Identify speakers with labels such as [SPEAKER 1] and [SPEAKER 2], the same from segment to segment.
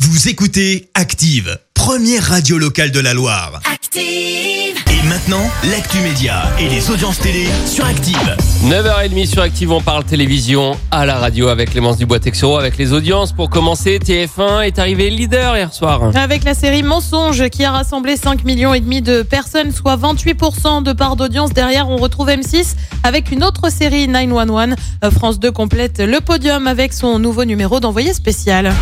[SPEAKER 1] Vous écoutez Active, première radio locale de la Loire.
[SPEAKER 2] Active.
[SPEAKER 1] Et maintenant, l'actu média et les audiences télé sur Active.
[SPEAKER 3] 9h30 sur Active, on parle télévision à la radio avec Clémence Dubois-Texoro, avec les audiences. Pour commencer, TF1 est arrivé leader hier soir.
[SPEAKER 4] Avec la série Mensonge qui a rassemblé 5 millions et demi de personnes, soit 28% de part d'audience. Derrière, on retrouve M6 avec une autre série 911. Euh, France 2 complète le podium avec son nouveau numéro d'envoyé spécial.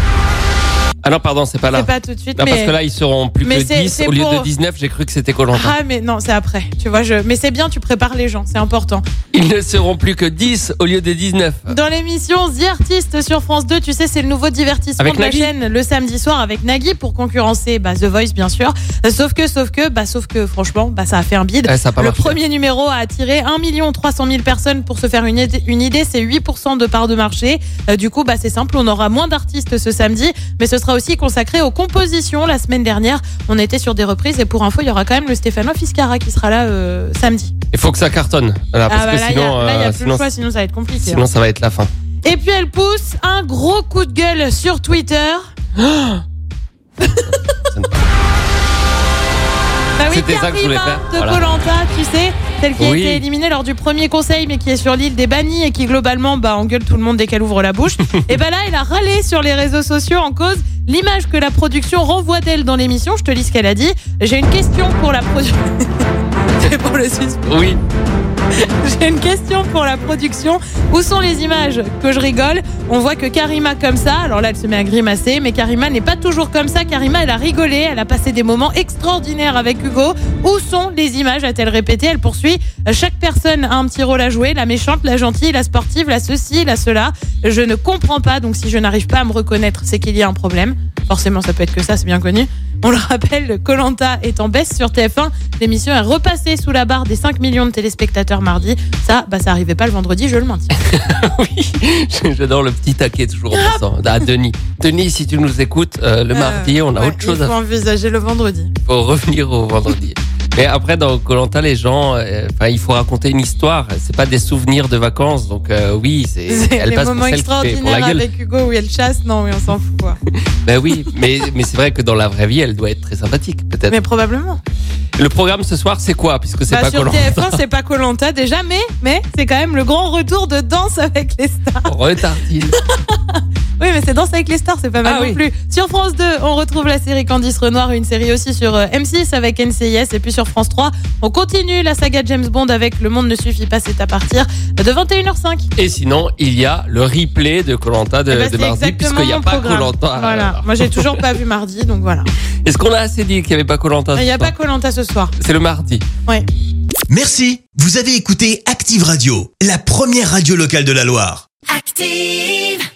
[SPEAKER 3] Ah non, pardon, c'est pas là.
[SPEAKER 4] C'est pas tout de suite,
[SPEAKER 3] Non, Bah, parce
[SPEAKER 4] mais
[SPEAKER 3] que là, ils seront plus
[SPEAKER 4] mais
[SPEAKER 3] que
[SPEAKER 4] c'est-
[SPEAKER 3] 10.
[SPEAKER 4] c'est
[SPEAKER 3] Au lieu de
[SPEAKER 4] pour-
[SPEAKER 3] 19, j'ai cru que c'était Colanta.
[SPEAKER 4] ah mais non, c'est après. Tu vois, je mais c'est bien, tu prépares les gens, c'est important.
[SPEAKER 3] Ils ne seront plus que 10 au lieu des 19.
[SPEAKER 4] Dans l'émission The Artist sur France 2, tu sais, c'est le nouveau divertissement
[SPEAKER 3] Avec
[SPEAKER 4] de la
[SPEAKER 3] Nagui.
[SPEAKER 4] chaîne le samedi soir avec Nagui pour concurrencer bah, The Voice, bien sûr. Euh, Sauf que, sauf que, bah, sauf que, franchement, bah, ça a fait un bide.
[SPEAKER 3] Ah, ça a pas
[SPEAKER 4] le
[SPEAKER 3] marché.
[SPEAKER 4] premier numéro a attiré 1 300 000 personnes pour se faire une idée, une idée c'est 8% de part de marché. Euh, du coup, bah, c'est simple, on aura moins d'artistes ce samedi, mais ce sera aussi consacré aux compositions. La semaine dernière, on était sur des reprises et pour info, il y aura quand même le Stéphano Fiscara qui sera là euh, samedi.
[SPEAKER 3] Il faut que ça cartonne. Voilà, parce
[SPEAKER 4] Ah, bah,
[SPEAKER 3] que
[SPEAKER 4] là, il y a-
[SPEAKER 3] sinon,
[SPEAKER 4] là, il n'y a,
[SPEAKER 3] euh,
[SPEAKER 4] plus le
[SPEAKER 3] sinon,
[SPEAKER 4] choix, sinon ça va être compliqué. hein.
[SPEAKER 3] sinon, ça va être la fin.
[SPEAKER 4] Et puis elle pousse un gros coup de gueule sur Twitter. Bah oui,
[SPEAKER 3] C'était ça que je voulais
[SPEAKER 4] Karima
[SPEAKER 3] faire.
[SPEAKER 4] de
[SPEAKER 3] Voilà.
[SPEAKER 4] Colanta, tu sais, celle qui a
[SPEAKER 3] Oui.
[SPEAKER 4] été éliminée lors du premier conseil, mais qui est sur l'île des bannis et qui globalement bah, engueule tout le monde dès qu'elle ouvre la bouche. et bah là, elle a râlé sur les réseaux sociaux en cause l'image que la production renvoie d'elle dans l'émission. Je te lis ce qu'elle a dit. J'ai une question pour la production. C'est pour le suspense.
[SPEAKER 3] Oui,
[SPEAKER 4] J'ai une question pour la production. Où sont les images Que je rigole. On voit que Karima comme ça. Alors là, elle se met à grimacer, mais Karima n'est pas toujours comme ça. Karima, elle a rigolé. Elle a passé des moments extraordinaires avec Hugo. Où sont les images A-t-elle répété Elle poursuit. Chaque personne a un petit rôle à jouer. La méchante, la gentille, la sportive, la ceci, la cela. Je ne comprends pas. Donc si je n'arrive pas à me reconnaître, c'est qu'il y a un problème. Forcément, ça peut être que ça. C'est bien connu. On le rappelle, Colanta est en baisse sur TF1. L'émission est repassée sous la barre des 5 millions de téléspectateurs mardi. Ça, bah, ça arrivait pas le vendredi, je le maintiens.
[SPEAKER 3] oui. J'adore le petit taquet toujours en passant. Ah, Denis. Denis, si tu nous écoutes, euh, le mardi, on a
[SPEAKER 4] Ouais,
[SPEAKER 3] autre chose
[SPEAKER 4] Il
[SPEAKER 3] à
[SPEAKER 4] faut envisager le vendredi.
[SPEAKER 3] faut revenir au vendredi. Mais après, dans Colanta, les gens, euh, enfin, il faut raconter une histoire. C'est pas des souvenirs de vacances, donc euh, oui, c'est.
[SPEAKER 4] C'est
[SPEAKER 3] Elle
[SPEAKER 4] les
[SPEAKER 3] passe pour
[SPEAKER 4] moments
[SPEAKER 3] celle qui fait pour
[SPEAKER 4] extraordinaires
[SPEAKER 3] la gueule.
[SPEAKER 4] avec Hugo où elle chasse, non, mais on s'en fout quoi.
[SPEAKER 3] Ben oui, mais mais c'est vrai que dans la vraie vie, elle doit être très sympathique, peut-être.
[SPEAKER 4] Mais probablement.
[SPEAKER 3] Le programme ce soir, c'est quoi, puisque c'est
[SPEAKER 4] Bah,
[SPEAKER 3] pas
[SPEAKER 4] sur
[SPEAKER 3] Colanta.
[SPEAKER 4] TF1, c'est pas Colanta déjà, mais, mais c'est quand même le grand retour de Danse avec les stars.
[SPEAKER 3] Retardine.
[SPEAKER 4] Oui, mais c'est Danse avec les stars, c'est pas mal
[SPEAKER 3] Ah
[SPEAKER 4] non
[SPEAKER 3] oui.
[SPEAKER 4] plus. Sur France 2, on retrouve la série Candice Renoir, une série aussi sur euh, M6 avec NCIS. Et puis sur France 3, on continue la saga James Bond avec Le Monde ne suffit pas, c'est à partir de 21h05.
[SPEAKER 3] Et sinon, il y a le replay de Colanta de,
[SPEAKER 4] Eh ben,
[SPEAKER 3] Euh, de mardi, puisqu'il n'y a
[SPEAKER 4] mon
[SPEAKER 3] pas Ah
[SPEAKER 4] programme.
[SPEAKER 3] Colanta.
[SPEAKER 4] Voilà. Moi, j'ai toujours pas vu mardi, donc voilà.
[SPEAKER 3] Est-ce qu'on a assez dit qu'il n'y avait Ah, pas Colanta
[SPEAKER 4] Il n'y a pas Colanta ce soir.
[SPEAKER 3] C'est le mardi.
[SPEAKER 1] Merci. Vous avez écouté Active Radio, la première radio locale de la Loire.
[SPEAKER 2] Active.